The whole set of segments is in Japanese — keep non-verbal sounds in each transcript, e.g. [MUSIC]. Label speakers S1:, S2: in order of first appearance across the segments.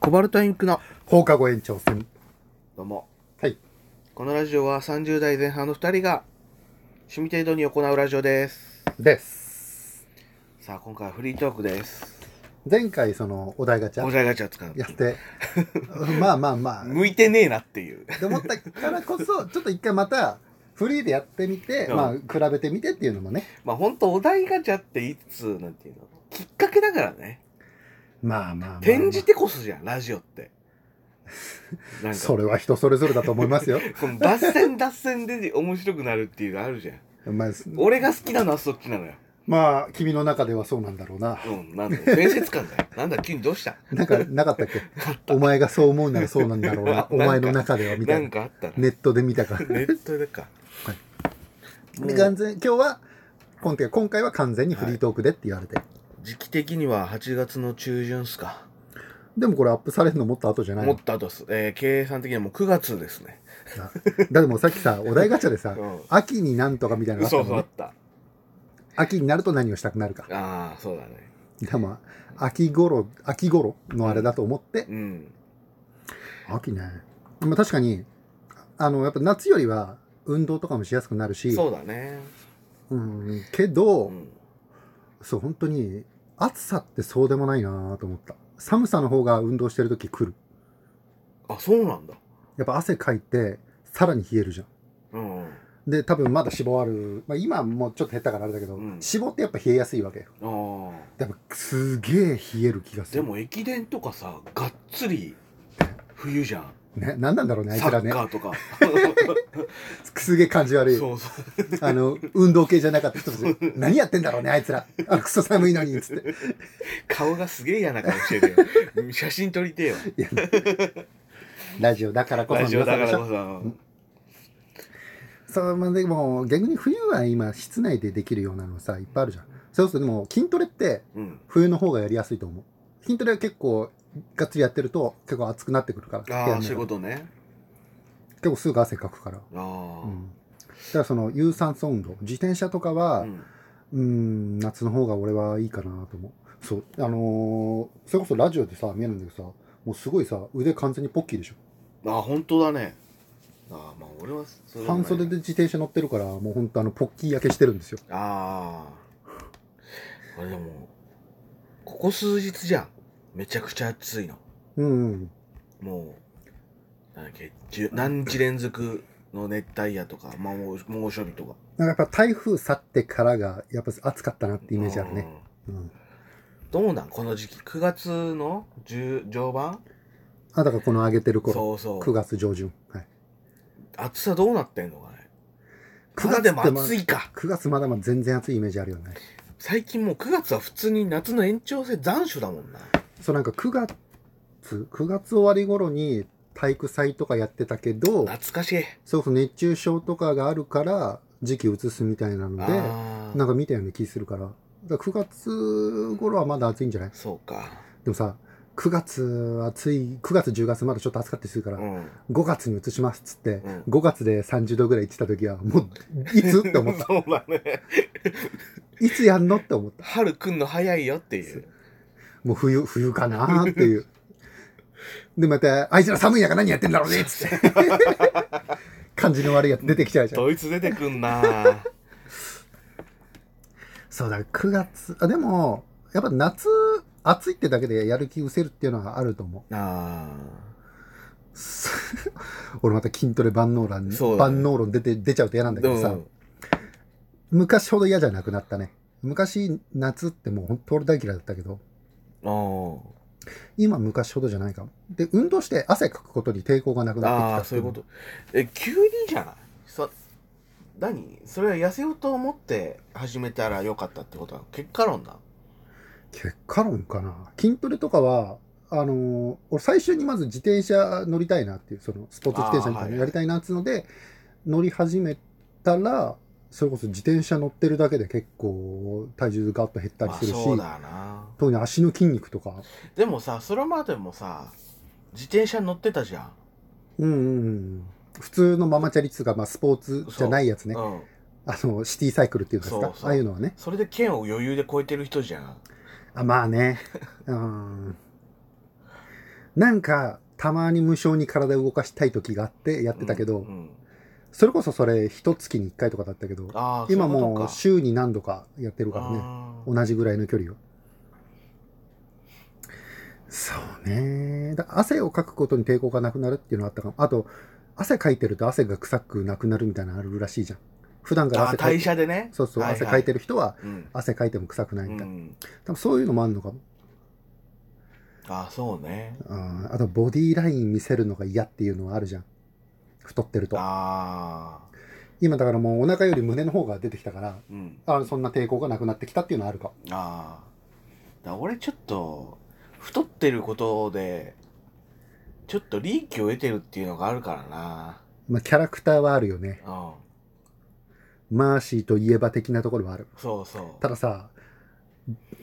S1: コバルトインクの
S2: 放課後延長戦。
S1: どうも
S2: はい。
S1: このラジオは30代前半の2人が趣味程度に行うラジオです
S2: です。
S1: さあ今回はフリートークです
S2: 前回、その、お題ガチ
S1: お
S2: ャ
S1: 題ガチャ使う
S2: やって、 [LAUGHS] まあまあまあ、
S1: 向いてねえなっていう
S2: って思ったからこそ、ちょっと一回また、フリーでやってみて、
S1: うん
S2: まあ、比べてみてっていうのもね。
S1: まあほんとお題ガチャっていつなんていうのきっかけだからね
S2: まあまあまあまあ
S1: 転じてこそじゃんラジオってなんか
S2: それは人それぞれだと思います [LAUGHS] よ。
S1: この脱線脱線で面白くなるっていうのあるじゃん
S2: まあ、
S1: 俺が好きなのはそっちなのよ
S2: まあ、君の中ではそうなんだろうな。
S1: うん [LAUGHS] なんだ面接官だよなんだ急にどうした
S2: なんか、なかったっけお前がそう思うならそうなんだろう [LAUGHS] な。お前の中では、みた
S1: ないん
S2: な。
S1: かあったら
S2: ネットで見たから。
S1: ネットでか。
S2: で完全今日は今回今回は完全にフリートークでって言われて、
S1: 時期的には8月の中旬っすか。
S2: でもこれアップされるのもっと後じゃない
S1: も
S2: の
S1: っと後っす。えー計算的にはもう9月ですね。
S2: だだってもうさっ
S1: [LAUGHS]
S2: きさお題ガチャでさ、
S1: うん
S2: 秋になんとかみたいなのあった
S1: そ
S2: も
S1: うんそうあ
S2: ね
S1: った。
S2: 秋になると何をしたくなるか
S1: ああ、そうだね。
S2: でも秋頃秋頃のあれだと思って、
S1: うん。
S2: 秋ねまあ確かにあのやっぱ夏よりは運動とかもしやすくなるし
S1: そうだね。
S2: うんけど、
S1: うん。
S2: そう本当に暑さってそうでもないなと思った寒さの方が運動してる時来る
S1: あ、そうなんだ。
S2: やっぱ汗かいてさらに冷えるじゃん
S1: うん。あ
S2: で多分まだ脂肪ある、まあ、今はもうちょっと減ったからあれだけど、
S1: うん
S2: 脂肪ってやっぱ冷えやすいわけよ
S1: あー。
S2: やっぱすげえ冷える気がす
S1: で
S2: る
S1: も駅伝とかさ、がっつり冬じゃん。
S2: ね何なんだろうねあい
S1: サ
S2: つら
S1: ッ
S2: ね
S1: カーとか。
S2: すげえ感じ悪い
S1: そうそう。
S2: あの運動系じゃなかった人たち何やってんだろうねあいつらあクソ寒いのにっつって
S1: 顔がすげえ嫌な顔してるよ。うん写真撮り
S2: [LAUGHS]
S1: てえよ。
S2: ラジオだからこそ
S1: ラジオだから
S2: 皆さん
S1: こ
S2: でし
S1: そ。
S2: ょそうまあでも逆に冬は今室内でできるようなのさいっぱいあるじゃんそうするとでも筋トレって
S1: うん。
S2: 冬の方がやりやすいと思う筋トレは結構がっつりやってると結構熱くなってくるから部
S1: あ
S2: 屋
S1: あ、
S2: の
S1: そ
S2: 中
S1: ういうことね。
S2: 結構すぐ汗かくから
S1: あ
S2: うんだからその有酸素運動自転車とか
S1: あ。
S2: は
S1: う
S2: う
S1: ん。
S2: んん夏の方が俺はいいかなと思うそうあのーそれこそラジオでさ見えるんだけどさもうすごいさ腕完全にポッキーでしょ
S1: あ本当だねあまあ俺はそれもない
S2: 半袖で自転車乗ってるからもうほんとあのポッキー焼けしてるんですよ
S1: あああれでもここ数日じゃんめちゃくちゃ暑いの
S2: うんうん
S1: もうなんだっけじゅ何日連続の熱帯夜とか、まあ、もう猛暑日とか
S2: なんかやっぱ台風去ってからがやっぱ暑かったなってイメージあるね、うん、
S1: うんどうなんこの時期9月の10上盤
S2: あだからこの上げてる頃
S1: そうそ
S2: 9
S1: う
S2: 月上旬、はい、
S1: 暑さどうなってんのかね9
S2: 9月
S1: 月
S2: っ
S1: でも
S2: てま
S1: 暑いか
S2: 9月まだまだ全然暑いイメージあるよね
S1: 最近もう9月は普通に夏の延長戦残暑だもんな
S2: そうなんか9月9月終わり頃に体育祭とかやってたけど
S1: 懐かしい
S2: そうそう熱中症とかがあるから時期移すみたいなので
S1: あ
S2: な
S1: あ
S2: んか見たような気するからだから9月頃はまだ暑いんじゃない
S1: そうか
S2: でもさ9月暑い9月10月まだちょっと暑かったりするから、
S1: うん [LAUGHS]
S2: 5月に移しますっつって、
S1: うん
S2: 5月で30度ぐらい行ってた時はもういつって思った
S1: [LAUGHS] そうだね。
S2: いつやんのって思った
S1: 春来んの早いよっていう。 [LAUGHS]
S2: もう冬冬かなーっていうでまたあいつら寒い中何やってんだろうねっつって
S1: [LAUGHS]
S2: 感じの悪いやつ出てきちゃうじゃん。
S1: ドイツ出てくん
S2: [LAUGHS]
S1: なぁ
S2: そうだ、9月。あ、でも、やっぱ夏、暑いってだけでやる気失せるっていうのはあると思う。 [LAUGHS]
S1: あ
S2: す俺また筋トレ万能論、
S1: そうだね
S2: 万能論出て、出ちゃうと嫌なん
S1: ーで
S2: だけどさ、
S1: も、
S2: 昔ほど嫌じゃなくなったね。昔、夏ってもう本当俺大嫌いだったけど、
S1: あ
S2: 今昔ほどじゃないかも。で、運動して汗かくことに抵抗がなく
S1: ー
S2: な
S1: あ
S2: ってきた
S1: ー、
S2: って
S1: そういうこと。え、急にじゃないそ、何それは痩せようと思って始めたらよかったってことは結果論だ。
S2: 結果論かな。筋トレとかは、あのー俺最初にまず自転車乗りたいなっていう、そのスポーツ自転車みたい
S1: あーはい
S2: なのやりたいなっていうので、乗り始めたら、それこそ自転車乗ってるだけで結構体重がガッと減ったり
S1: まあ
S2: するし、
S1: そうだよな
S2: 特に足の筋肉とか。
S1: でもさ、それまでもさ、自転車乗ってたじゃん。
S2: うんうんうん。普通のママチャリっつうか、まあ、スポーツじゃないやつね。
S1: うん。
S2: あの、シティサイクルっていうんですか
S1: そうそう
S2: ああいうのはね。
S1: それで剣を [LAUGHS] 余裕で超えてる人じゃん。
S2: あ、まあね。うん。なんか、たまに無償に体を動かしたい時があってやってたけど、
S1: うんうん
S2: それこそそれ、一月に一回とかだったけど、
S1: ああ
S2: 今
S1: そういうこ
S2: も
S1: と
S2: う
S1: か
S2: 週に何度かやってるからね。
S1: あー
S2: 同じぐらいの距離を。そうね。だ汗をかくことに抵抗がなくなるっていうのはあったかも。あと、汗かいてると汗が臭くなくなるみたいなのあるらしいじゃん。普段から
S1: あー
S2: 汗か
S1: 代
S2: いて
S1: 謝でね
S2: そうそう、
S1: はいはい
S2: 汗かいてる人は
S1: うん、
S2: 汗かいても臭くないみ
S1: う
S2: たいな。
S1: ん、
S2: 多分そういうのもあるのかも。
S1: ああそうね
S2: あーあと、ボディライン見せるのが嫌っていうのはあるじゃん。太ってると。
S1: ああ
S2: 今だからもうお腹より胸の方が出てきたから、
S1: うん
S2: あーそんな抵抗がなくなってきたっていうのはあるかも。
S1: ああだ俺ちょっと太ってることでちょっと利益を得てるっていうのがあるからな
S2: まあ、キャラクターはあるよね。
S1: うん
S2: マーシーといえば的なところはある。
S1: そうそう
S2: たださ、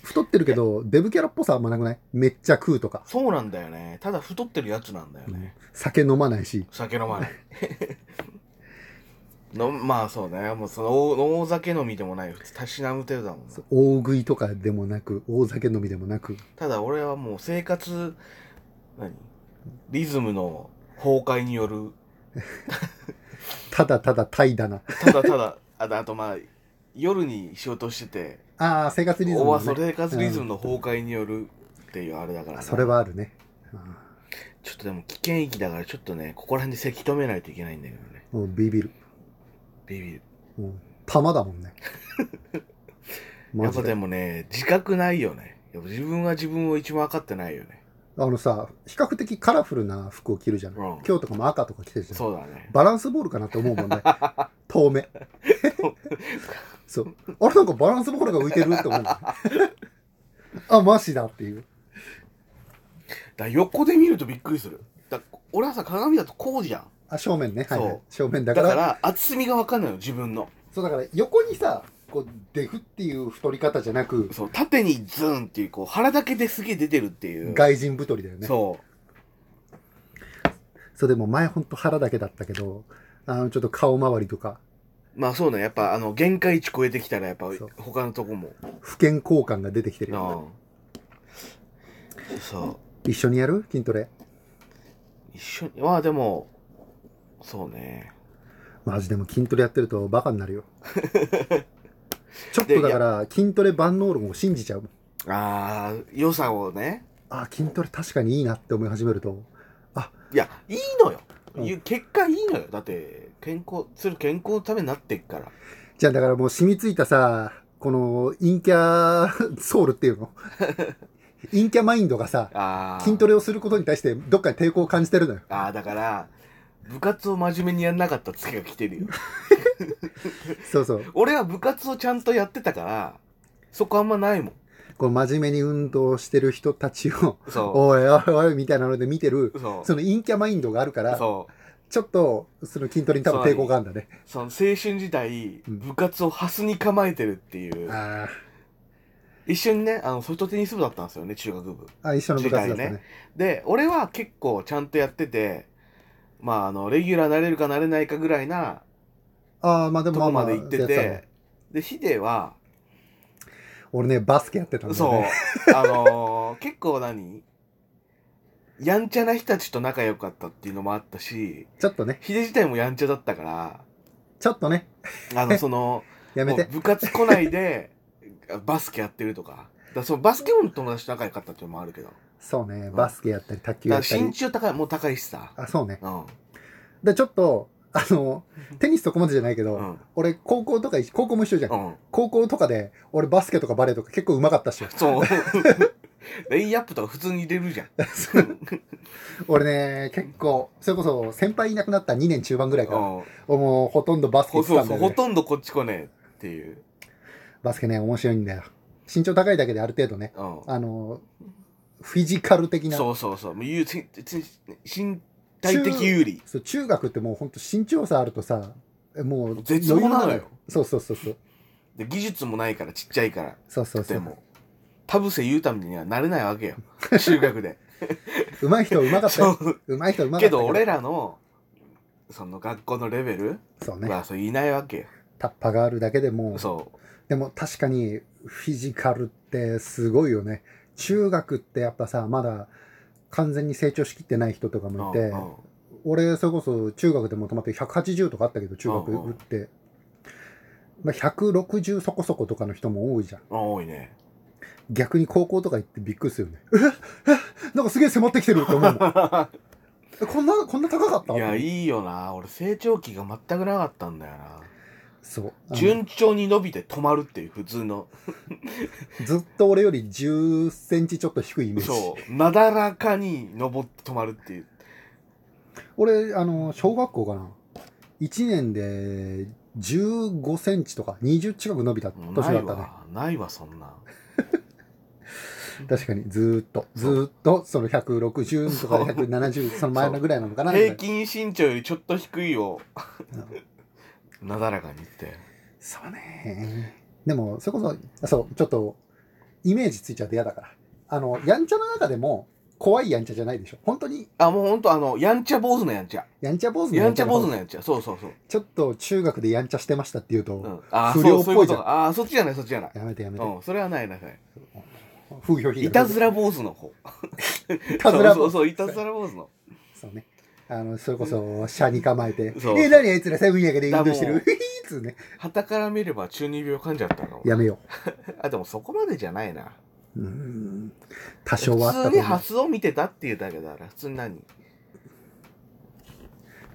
S2: 太ってるけど、デブキャラっぽさあんまなくないめっちゃ食うとか。
S1: そうなんだよねただ太ってるやつなんだよね、
S2: 酒飲まないし。
S1: 酒飲まない [LAUGHS] のまあそうねもうその大大酒飲みでもないたしなむ程度だもんね
S2: 大食いとかでもなく、大酒飲みでもなく。
S1: ただ俺はもう生活何リズムの崩壊による
S2: ただただ怠惰な。
S1: ただた
S2: [LAUGHS]
S1: だああとまあ夜に仕事してて
S2: ああ、生活リズム
S1: お
S2: も
S1: わ
S2: ね、
S1: そう生活リズムの崩壊によるっていうあれだから、
S2: あ
S1: ね、
S2: それはあるね。あ
S1: ちょっとでも危険域だからちょっとねここら辺でせき止めないといけないんだけどね
S2: ーもうビビる。
S1: ビビる
S2: もう玉だ
S1: [LAUGHS]
S2: もんね。
S1: や
S2: マ
S1: っ
S2: ジ
S1: ぱで
S2: で。
S1: もね自覚ないよねやっぱ自分は自分を一番分かってないよね
S2: あのさ、比較的カラフルな服を着るじゃない、
S1: うん
S2: 今日とかも赤とか着てるじゃん。
S1: そうだね
S2: バランスボールかなって思うも
S1: [LAUGHS]
S2: んね。遠目。そう。あれなんかバランスボールが浮いてるっ
S1: [LAUGHS]
S2: て思うもんね。あ、マシだっていう。
S1: だ横で見るとびっくりするだ俺はさ鏡だとこうじゃん
S2: あ、正面ね。はい、は
S1: そ。
S2: いう正面だ
S1: だ
S2: か。
S1: からら厚みが分かんないの自分の
S2: そうだから横にさ、こう、デフっていう太り方じゃなく、
S1: そう縦にズンっていうこう腹だけですげえ出てるっていう、
S2: 外人太りだよね。そう。
S1: そ
S2: でも前ほんと腹だけだったけど、あの、ちょっと顔周りとか、
S1: うまあそうねやっぱあの限界値超えてきたらやっぱ
S2: そう
S1: 他のとこも
S2: 不健康感が出てきてるよ、
S1: うんそう
S2: 一緒にやる筋トレ。
S1: 一緒にまあでもそうね
S2: マジでも筋トレやってるとバカに
S1: [LAUGHS]
S2: なるよ。ちょっとだから筋トレ万能論を信じちゃうもん。
S1: ああ良さをね
S2: あ筋トレ確かにいいなって思い始めると
S1: いやいいのよ、
S2: うん
S1: いう結果いいのよだって健康する健康のためになっていくから
S2: じゃあだからもう染みついたさこの陰キャソウルっていう
S1: [LAUGHS]
S2: の陰キャマインドがさ
S1: ああ
S2: 筋ト
S1: レ
S2: レをすることに対してどっかに抵抗を感じてるのよ
S1: ああだから部活を真面目にやんなかったツケが来てるよ
S2: そうそう
S1: 俺は部活をちゃんとやってたからそこあんまないもん
S2: こう真面目に運動してる人たちを
S1: そ
S2: おいおいおいみたいなので見てる
S1: うそう
S2: その陰キャマインドがあるから
S1: そう
S2: ちょっとその筋トレに多分抵抗があるんだね
S1: その青春時代、
S2: うん
S1: 部活をハスに構えてるっていう
S2: あ
S1: 一緒にねあのソフトテニス部だったんですよね中学部
S2: ーあ一緒の部活だった
S1: 時代
S2: ね
S1: ねで俺は結構ちゃんとやっててまああのレギュラーなれるかなれないかぐらいな
S2: ああまあで
S1: と
S2: もまあ
S1: こま
S2: まあ
S1: で行って
S2: や
S1: て
S2: たね
S1: でヒデは
S2: 俺ねバスケやってたんだよ
S1: そ
S2: ね
S1: うあのー結構何やんちゃな人たちと仲良かったっていうのもあったし
S2: ちょっとね
S1: ヒデ自体もやんちゃだったから
S2: ちょっとね
S1: あのその
S2: やめて
S1: もう部活来ないでバスケやってるとかだからそのバスケ部の友達と仲良かったっていうのもあるけど
S2: そうね、
S1: ん
S2: バスケやったり、卓球や
S1: だ
S2: っ
S1: か
S2: た
S1: ら身
S2: り。
S1: 長高いもう高いしさ
S2: あ、そうね。
S1: うん
S2: で、ちょっと、あの、テニスとこまでじゃないけど、
S1: うん
S2: 俺、高校とか、高校も一緒じゃん。
S1: うん
S2: 高校とかで、俺、バスケとかバレーとか結構上手かったっしょ。 [LAUGHS]
S1: そうレイアップとか普通に入れるじゃん
S2: 俺ね、結構、それこそ、先輩いなくなった2年中盤ぐらいから、
S1: うん
S2: もうほとんどバスケ
S1: ほ
S2: 行って
S1: そ
S2: た
S1: うんそ
S2: だ
S1: う
S2: よ
S1: ほ
S2: ね。
S1: とんどこっち来ねえっていう、
S2: バスケね、面白いんだよ。身長高いだけである程度ね、
S1: うん、
S2: あの、フィジカル的な。
S1: そうそうそうもう有身身体的有利
S2: そう中学ってもうほんと身長差あるとさ、もう、
S1: 絶望なのよ
S2: 余裕そうそうそうそう。
S1: で技術もないからちっちゃいから
S2: そうそうそ
S1: で
S2: う。
S1: も田臥勇太にはなれないわ
S2: [LAUGHS]
S1: けよ中学で
S2: 上手い人は上手かった
S1: そ
S2: よ。
S1: う
S2: 上手い人は上手かった
S1: けど俺らのその学校のレベル
S2: そうね。
S1: はそういないわけよ、
S2: タッパがあるだけでも、
S1: そ
S2: でも確かにフィジカルってすごいよね。中学ってやっぱさ、まだ完全に成長しきってない人とかもいて、
S1: うんうん
S2: 俺、それこそ中学でも止まって180とかあったけど、中学
S1: うんうん
S2: 打って、まあ、160そこそことかの人も多いじゃん。
S1: あ多い
S2: [LAUGHS]
S1: ね。
S2: 逆に高校とか行ってびっくりするよね。ええなんかすげえ迫ってきてると思うもんえ [LAUGHS] こんな、こんな高かった
S1: いや、いいよな。俺、成長期が全くなかったんだよな。
S2: そう。あの
S1: 順調に伸びて止まるっていう普通の、
S2: ずっと俺より10センチちょっと低いイメージ。
S1: そう、なだらかに登って止まるっていう。
S2: 俺、あの、小学校かな。1年で15センチとか20近く伸びた
S1: もう
S2: 年
S1: な
S2: だ
S1: い
S2: ったね。
S1: わ、ないわ、そんな。
S2: 確かにずーっと、ずーっと、その160とか170、その前のぐらいなのかな。
S1: 平均身長よりちょっと低いを、
S2: うん
S1: なだらかにって。
S2: そうね。でも、それこそ、そう、ちょっと、イメージついちゃうと嫌だから。あの、やんちゃの中でも、怖いやんちゃじゃないでしょ。本当に、
S1: あ、もうほんと、あの、やんちゃ坊主のやんちゃ。
S2: やんちゃ坊主の
S1: やんちゃ坊主
S2: の
S1: のやんちゃ。そうそうそう。
S2: ちょっと中学でやんちゃしてましたっていうと、
S1: うん、ああ、
S2: 不良
S1: そう、
S2: っぽ
S1: そいう
S2: いう
S1: こ
S2: じゃ
S1: と
S2: ん
S1: か。ああ、そっちじゃない、そっちじゃない。
S2: やめてやめて。
S1: うん、それはないなさい。
S2: 風評被害。
S1: いたずら坊主の方。
S2: いたずら
S1: そ
S2: 坊
S1: うそう
S2: 主。
S1: そう、いたずら坊主の。
S2: そうね。あの、それこそ、車に構えて、
S1: そう
S2: え、何あいつらセブンやけで運動して
S1: だ
S2: る。 [LAUGHS]
S1: か
S2: ひーっつうね。
S1: 旗から見れば中二病患者だったの。
S2: やめよ
S1: あ、でもそこまでじゃないな。
S2: う。うーん。多
S1: 普
S2: 少はあった
S1: 通
S2: と
S1: に
S2: 思う
S1: ハ。スを見てたっていうだけだから、普通に何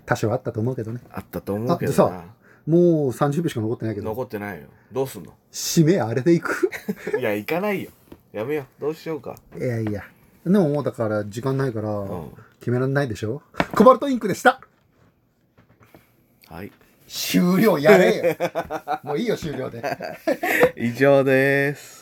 S2: 多少はあったと思うけどね。
S1: あったと思うけど
S2: あで
S1: な。
S2: もう30秒しか残ってないけど、
S1: 残ってないよ。どうすんの
S2: 締めあれでいく
S1: いや、行かないよ。やめよう。どうしようか。
S2: いやいや。でももうだから時間ないから
S1: ん、
S2: 決められないでしょ、コバルトインクでした
S1: はい。
S2: 終了やれよもういいよ終了で。
S1: 以上です。